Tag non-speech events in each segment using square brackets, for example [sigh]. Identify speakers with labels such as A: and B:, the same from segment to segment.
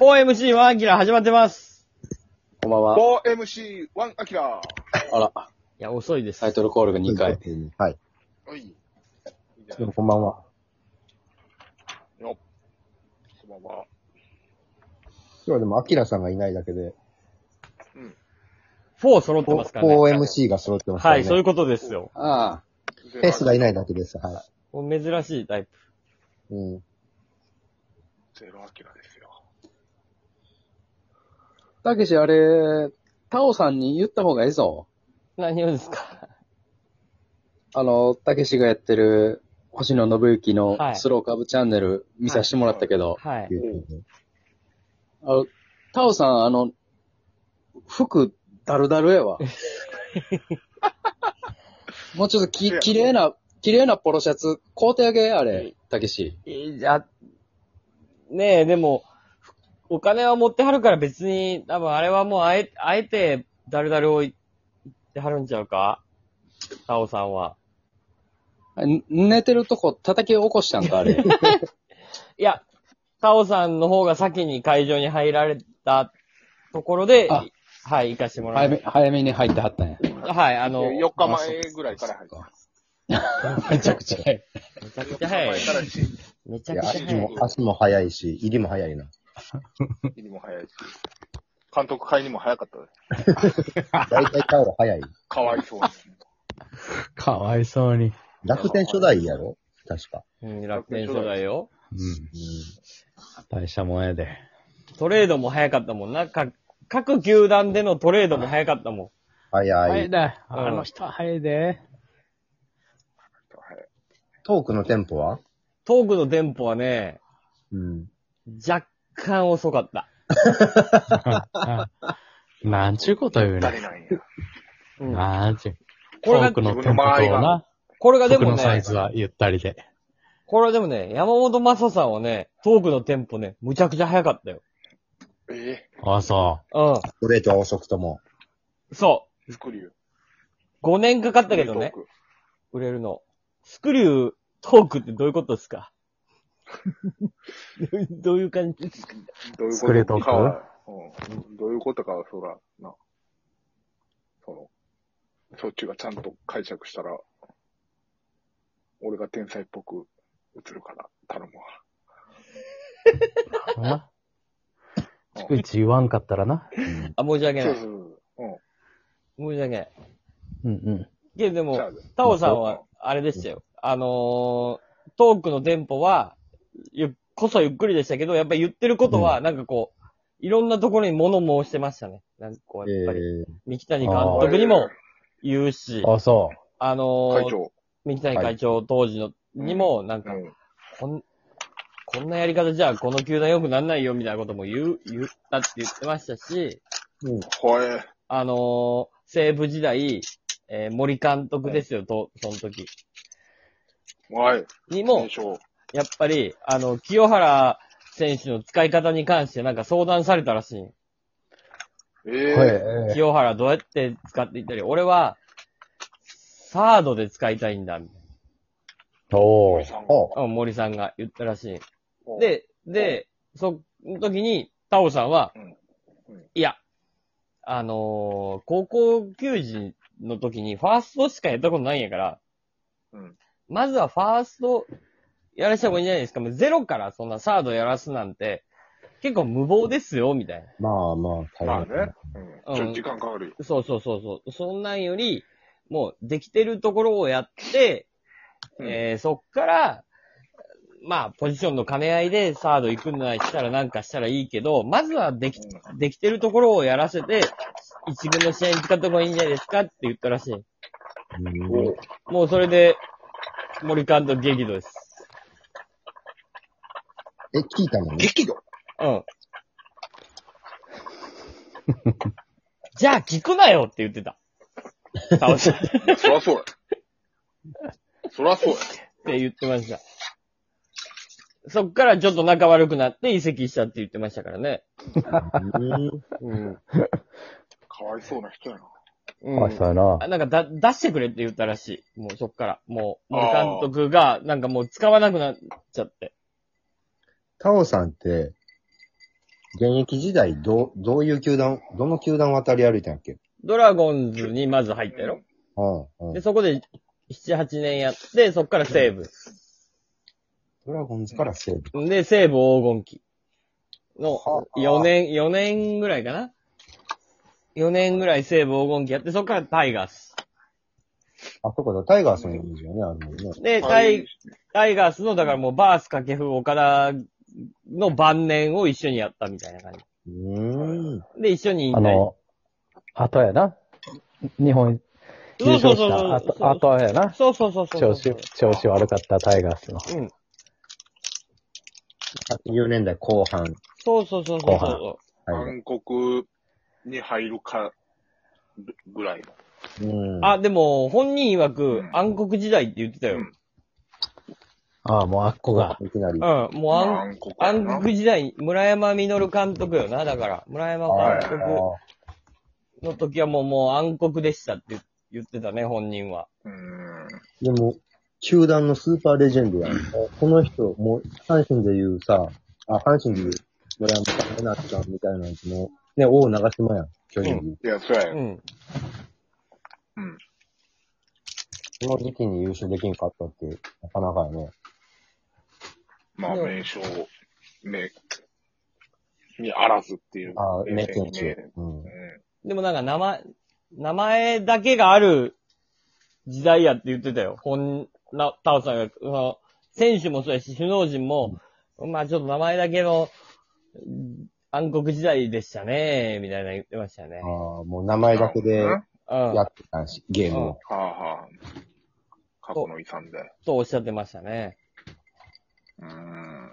A: OMC ワンアキラ始まってます。
B: こんばんは。
C: 5MC1 アキラ
B: あら、
A: いや、遅いです。
B: タイトルコールが2回。。
D: はい。
C: おい。
D: どうもこんばんは。
C: よこんばんは。
D: 今日はでも、アキラさんがいないだけで、
A: 4揃ってますからね。
D: 4MC が揃ってますから
A: は
D: ね。
A: い、そういうことですよ。
B: あ
D: フェスがいないだけです。は
A: 珍しいタイプ。
D: い。うん。
C: ゼロアキラですよ。
B: あ。たけし、あれ、タオさんに言った方がいいぞ。
A: 何をですか
B: あの、たけしがやってる、星野信之
A: は
B: の
A: い
B: スローカブチャンネル見させてもらったけど、
A: はい。
B: あの、タオさん、あの、服、だるだるやわ。もうちょっとき、綺麗な、綺麗なポロシャツ、買うてあげ、あれ、たけし。
A: えーじゃあ、ねえ、でも、お金は持ってはるから別に、多分あれはもうあえ、あえて、ダルダルを言ってはるんちゃうかタオさんは。
B: ん寝てるとこ叩き起こしたんか、あれ。
A: いや、タオさんの方が先に会場に入られたところで
B: あ、
A: はい、行かしてもら
B: 早
A: いま
B: め、早めに入ってはったんや。
A: した。はい、あの、
C: 4日前ぐらいから入ってます。
B: めちゃくちゃ早い。
A: めちゃく
C: 4
A: ちゃ
C: 日
A: 早い
C: 前。からし、
A: めち
D: い
A: ゃ
D: や、
A: くちゃ
D: 足
A: 早い
D: も。、足も早いし、入りも早いな。
C: 入りも早いし、監督会にも早かったです。
D: だいたいタオル早い。
C: かわいそう [laughs] に。
E: かわいそうに。
D: 楽天初代やろ確か。
A: うん、楽天初代よ。
E: うん。大したもんやで。
A: トレードも早かったもんな。か各球団でのトレードも早かったも
D: 早
E: 早い
D: い。
E: で。
A: うん
E: あの人は早いで。
C: 早い
D: トークのテンポは
A: ん。トークのテンポはね、
D: うん。
A: 若干遅かった。
E: なんちゅうこと言う
C: 誰
E: ね。
C: なんや。
A: うん
E: なんちゅう。
A: これが
E: トークのテン
C: 自分の
E: ポと
C: 間合
E: な。
A: これがで
E: 僕
A: も
E: のサイ
A: ね、
E: ズはゆったりで。
A: これはでもね、山本正さんはね、トークのテンポね、むちゃくちゃ早かったよ。
C: え
E: あ、そ
A: うん。
D: ストレートは遅くとも。
A: そ
C: ぇ、スクリュー。
A: う。5年かかったけどね、売れるの。スクリュートークってどういうことです
E: [laughs]
A: かどういう感じですか
C: どう
E: スクリ
C: い
E: ュ
C: うこと
E: ートーク
C: かは、うん、どういうことかは、そら、な、その、そっちがちゃんと解釈したら、俺が天才っぽく映るから、頼むわ。
E: う。な。逐一言わんかったらな。
A: あ、申し訳ない。申
C: そう
A: し
C: そうそう。
A: 訳ない。
E: うんうん。
A: けどで
C: うん。
A: も
C: じゃ、あ
A: タオさんは、あれでしたよ。あのー、トークのテンポは、ゆこそゆっくりでしたけど、やっぱり言ってることは、なんかこう、いろんなところに物申してましたね。なんかこう、やっぱり、
D: え
A: 三木谷監督にも言うし、あ
E: あ、そ
A: の
C: 会
A: ー、
C: 長。
A: 三木谷会長当時の、にも、なん
C: う
A: か、
C: ん。
A: こん、こんなやり方じゃ、この球団良くなんないよ、みたいなことも言う、言ったって言ってましたし、
C: ほえ。
A: あのー、西武時代、えー森監督ですよ、と、その時。
C: はい。
A: にも
C: 名、称。
A: やっぱり、あの、清原選手の使い方に関してなんか相談されたらしいんよ。
C: え
E: う。
C: え
E: これええ
A: 清原どうやって使っていったり、俺は、サードで使いたいんだ、みたい
E: おー。
D: お
A: なうん森さんが言ったらしいんよ。
C: お、
A: で、で、その時に、タオさんは
C: うんうん、
A: いや、あのー高校球児の時にファーストしかやったことないんやから、
C: うん
A: まずはファーストやらした方がいいんじゃないですか。もうゼロからそんなサードやらすなんて、結構無謀ですよ、みたいな。
D: まあまあ、
C: まあ
D: 大変。
C: ね。うん。ち
A: う
C: ょ
A: ん
C: 時間かかるよ。
A: そうそうそうそう。そんなんより、もうできてるところをやって、
C: うん
A: えー、そっから、まあ、ポジションの兼ね合いでサード行くんならしたらなんかしたらいいけど、まずはでき、できてるところをやらせて、一軍の試合に使った方がいいんじゃないですかって言ったらしい。
D: うん
C: お
A: もうそれで、森監督激怒です。
D: え、聞いたのね
C: 激怒 [laughs]
A: うん。じゃあ聞くなよって言ってた。倒した。っ
C: そらそうや。そらそうや。
A: て言ってました。そっからちょっと仲悪くなって移籍したって言ってましたからね。うん。
C: かわいそうな人やな。
A: う
E: かわい
A: ん
E: そうやな。
A: あなんかだ、出してくれって言ったらしい。もうそっから。もう、森監督が、なんかもう使わなくなっちゃって。
D: タオさんって、現役時代、どう、どういう球団、どの球団渡り歩いたんやっけ
A: ドラゴンズにまず入ったやろ
D: うん、うん
A: で、。そこで7、8年やって、そっから西武。
D: ドラゴンズから西武。
A: で、西武黄金期の
D: はあ
A: 4年、4年ぐらいかな ?4 年ぐらい西武黄金期やって、そっからタイガース。
D: あ、そこだ、タイガースのイメージよね、あるもんね。
A: で、タイ、タイガースの、だからもうバース、掛布、岡田の晩年を一緒にやったみたいな感じ。
D: うーん。
A: で、一緒に引
E: あ
A: 退。
E: の、後やな。日本優
A: そうそ
E: 勝
A: うそう
E: した
A: そう
E: 後、後やな。
A: そうそうそうそ
E: 調
A: うそ
E: 子
A: う。、
E: 調子悪かったタイガースの。
A: うん。
D: 80年代後半。
A: そうそうそうそうそ
D: はい。
C: 韓国に入るか、ぐらいの。
D: うん。
A: う。あ、でも、本人曰く
C: うん
A: 暗黒時代って言ってたよ。
C: うん
E: ああ、もうあっこが。
D: いきなり。
A: うん。もう暗、
C: 韓国や
A: 暗
C: な
A: 黒時代、村山実監督よな、だから。村山監督。の時はもうもう暗黒でしたって言ってたね、本人は。
C: うん。
D: でも、球団のスーパーレジェンドやん。この人、もう、阪神で言うさ、あ、阪神で言う、村山さん、なちゃんみたいなやつも、ね、王長島やん、巨人で言う。
C: いや、そうや
A: う
C: よ。
A: ん。
C: うん。
D: その時期に優勝できんかったって、なかなかやね。
C: まあ、
A: うん
C: 名称、名、にあらずっていう。
D: ああ、名選
C: 名
D: 手。うん。
A: でもなんか名前、名前だけがある時代やって言ってたよ。本、な、タオさんが、その選手もそうやし、首脳陣も、まあちょっと名前だけのうん暗黒時代でしたね、みたいな言ってましたよね
D: ああ。、もう名前だけで
C: うん
D: や
C: は
A: うん。
D: ってたし、ゲームを。
C: あはあ。過去の遺産で。
A: とおっしゃってましたね。
C: うん。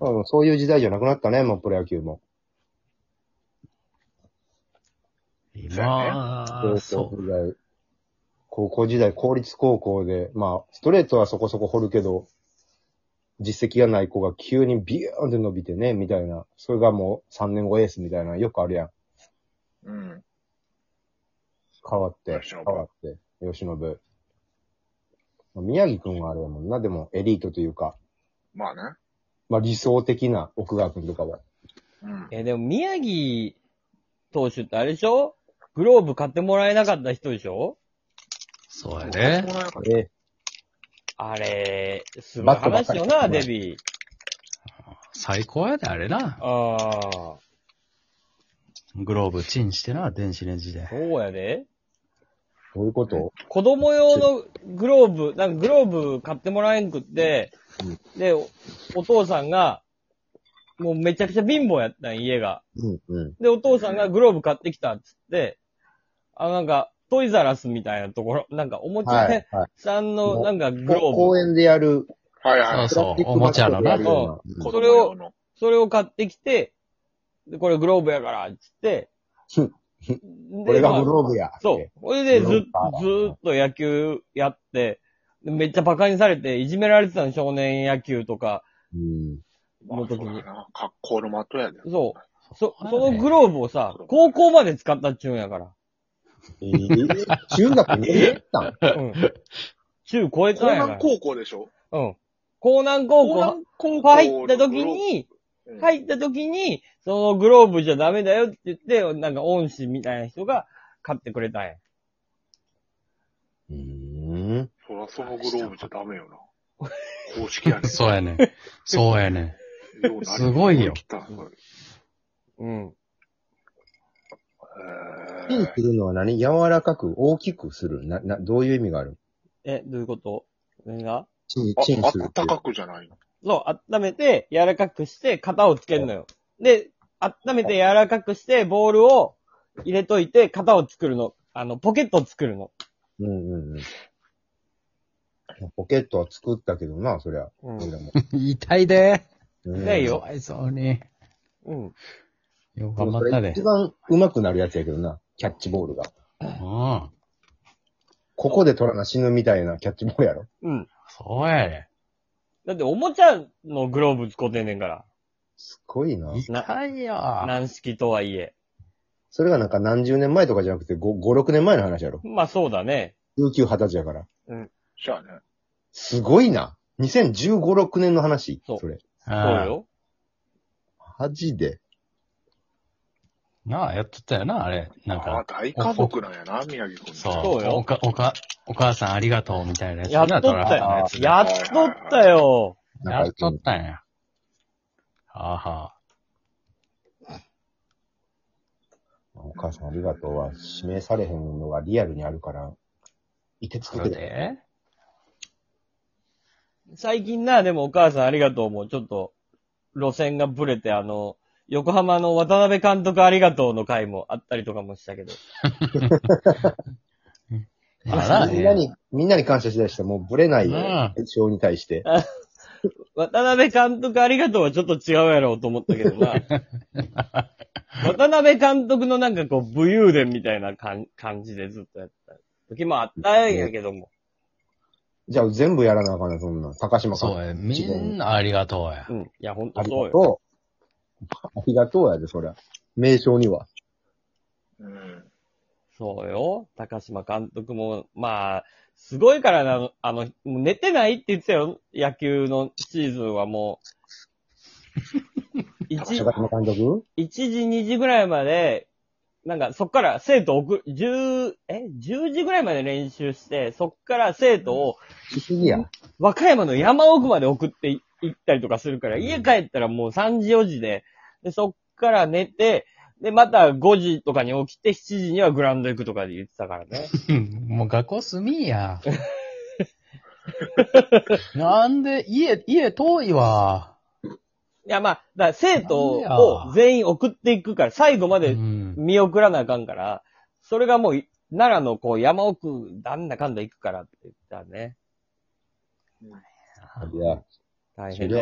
D: うんそういう時代じゃなくなったね、もうプロ野球も。
E: 今、
D: 高
E: そ
D: 校時代、高校時代、公立高校で、まあ、ストレートはそこそこ掘るけど、実績がない子が急にビューンって伸びてね、みたいな。それがもう3年後エースみたいな、よくあるやん。
C: うん。
D: 変わって、
C: 吉
D: 変
C: 野部
D: わって、吉野部。まあ宮城くんはあれやもんな、でもエリートというか、
C: まあね。
D: まあ理想的な奥川くんとかは。
C: うん。
A: え、でも宮城投手ってあれでしょグローブ買ってもらえなかった人でしょ
E: そうやね。
D: え
A: あれ、すごい話よな、
D: バットばっかり
A: デビー。
E: 最高やで、あれな。
A: ああ、
E: グローブチンしてな、電子レンジで。
A: そうやで。
D: どういうこと
A: 子供用のグローブ、なんかグローブ買ってもらえんくって、で、おお父さんが、もうめちゃくちゃ貧乏やったん、家が。
D: うん、うん。
A: で、お父さんがグローブ買ってきたっつって、あ、なんか、トイザラスみたいなところ、なんかおもちゃ
D: は
A: 屋
D: い、はい。
A: さんの、なんかグロー
D: 公
A: ブ、
D: 園でやる、
C: はいはい。
E: そうおもちゃの
D: プラ
E: な
D: スチックバットでやるような
C: 子
A: そ
C: 供
A: れを
C: 用の
A: それを買ってきて、で、これグローブやから、つって、
D: うん
A: で
D: これがグローブや。
A: そう。それでずっ
D: グロ
A: ず
D: ーバーだな
A: ーっと野球やって、でめっちゃ馬鹿にされて、いじめられてたの、少年野球とか
D: うん。
C: ま
A: の
C: あそ
A: 時
C: う
A: に
C: や。な。格好の的やで。
A: そう。そ、
E: そうだね
A: そのグローブをさ、高校まで使ったっちゅうんやから。
D: えー中学に行ったん
A: うん。中超え
C: 江
A: たんやから
C: 南。高校でしょ
A: うん。江南高
C: 江
A: 校
C: 南高校
A: 入った時に、
C: の、
A: 入った時に、そのグローブじゃダメだよって言って、なんか恩師みたいな人が買ってくれたんや。
D: うーん。
C: そらそのグローブじゃダメ
E: [laughs]
C: よな。公式やね。
E: そうやねん。そうやねん。
C: ようなり
E: すごいよ
C: 来たへ
A: うん。
D: ピンするのは何柔らかく、大きくするな、な、どういう意味がある
A: え、どういうこと何が
D: チン、チ
C: ー
D: ン
C: あ、あ
D: する
C: っ
D: ってい
C: た
D: う。
C: かくじゃないの。
A: そう、温めて、柔らかくして、型をつけるのよ。で、温めて柔らかくして、ボールを入れといて、型を作るの。あの、ポケットを作るの。
D: うんうんうん。ポケットは作ったけどな、そりゃ。
A: うん
D: 俺らも。
E: [laughs] 痛いで。
D: うん
A: ないよ
E: かわいそうに。
A: うん。
E: よく
D: で
E: 頑
D: も
E: 張
D: そ
E: った
D: れ
E: で
D: 一。番上手くなるやつやけどな、キャッチボールが。
E: うん。
D: ここで取らな死ぬみたいなキャッチボールやろ。
A: うん。
E: そうやで。
A: だって、おもちゃのグローブ使ってんねんから。
D: すごいな。
E: 痛いよ。
A: 軟式とはいえ。
D: それがなんか何十年前とかじゃなくて5、5、6年前の話やろ。
A: まあ、そうだね。
D: 19、20歳やから。
C: じゃあね。
D: すごいな。2015、6年の話。
A: そう
D: れ。
E: そ
A: そうよ。
F: マジで。
E: なあ、やっとったよな、あれ。なん
C: ああ
E: か、
C: 大家族なんやな、宮城くん。
E: そう。
A: そうよ
E: おか、おか、お母さんありがとうみたいなやつ
A: やっと
E: な、
A: った
E: ドラフトのや
A: よ
E: つ。。
A: やっとったよ。
F: な
E: や
F: ん
E: っと
F: か
E: っ、たんや。はあはあ。
D: お母さんありがとうは、指名されへんのがリアルにあるから、いてつ
E: そ
D: くけ
E: れ
D: ど、
E: で
A: 最近な、でもお母さんありがとうも、ちょっと、路線がブレて、あの、横浜の渡辺監督ありがとうの回もあったりとかもしたけど。
E: まあな、
D: みんなに、みんなに感謝しだしたらもうブレない
E: うん
D: 対象に対して。
A: 渡辺監督ありがとうはちょっと違うやろうと思ったけど
D: [laughs]
A: な。渡辺監督のなんかこう、武勇伝みたいな感感じでずっとやった時もあったんやけども。
D: じゃあ全部やらなあかんねそんなん。高島さん。
E: そうや、みんなありがとうや
A: [laughs] う。ん。いや、ほんと
D: あり
A: そう
D: が
A: よ。
D: とう。ありがとうやで、そりゃ。名称には。
C: うん。
A: そうよ。高島監督も、まあ、すごいからな、あのあの、もう寝てないって言ってたよ。野球のシーズンはもう。
D: 高
A: 一
D: 島監督
A: 1時、2時ぐらいまで、なんかそっから生徒送る、10、え ?10 時ぐらいまで練習して、そっから生徒を
D: しすぎや。
A: 和歌山の山奥まで送ってい行ったりとかするから、家帰ったらもう3時、4時で、で、そっから寝て、で、また5時とかに起きて、7時にはグラウンド行くとかで言ってたからね。
E: もう学校住みいや。なんで、家、家遠いわ。
A: いや、まあ、だから生徒を全員送っていくから、最後ま
E: う
A: で
E: ん。
A: 見送らなあかんから、それがもうい、奈良のこう山奥、なんだかんだ行くからって言ったね。
D: いや、
A: 大変
D: そり
A: だ
D: ゃ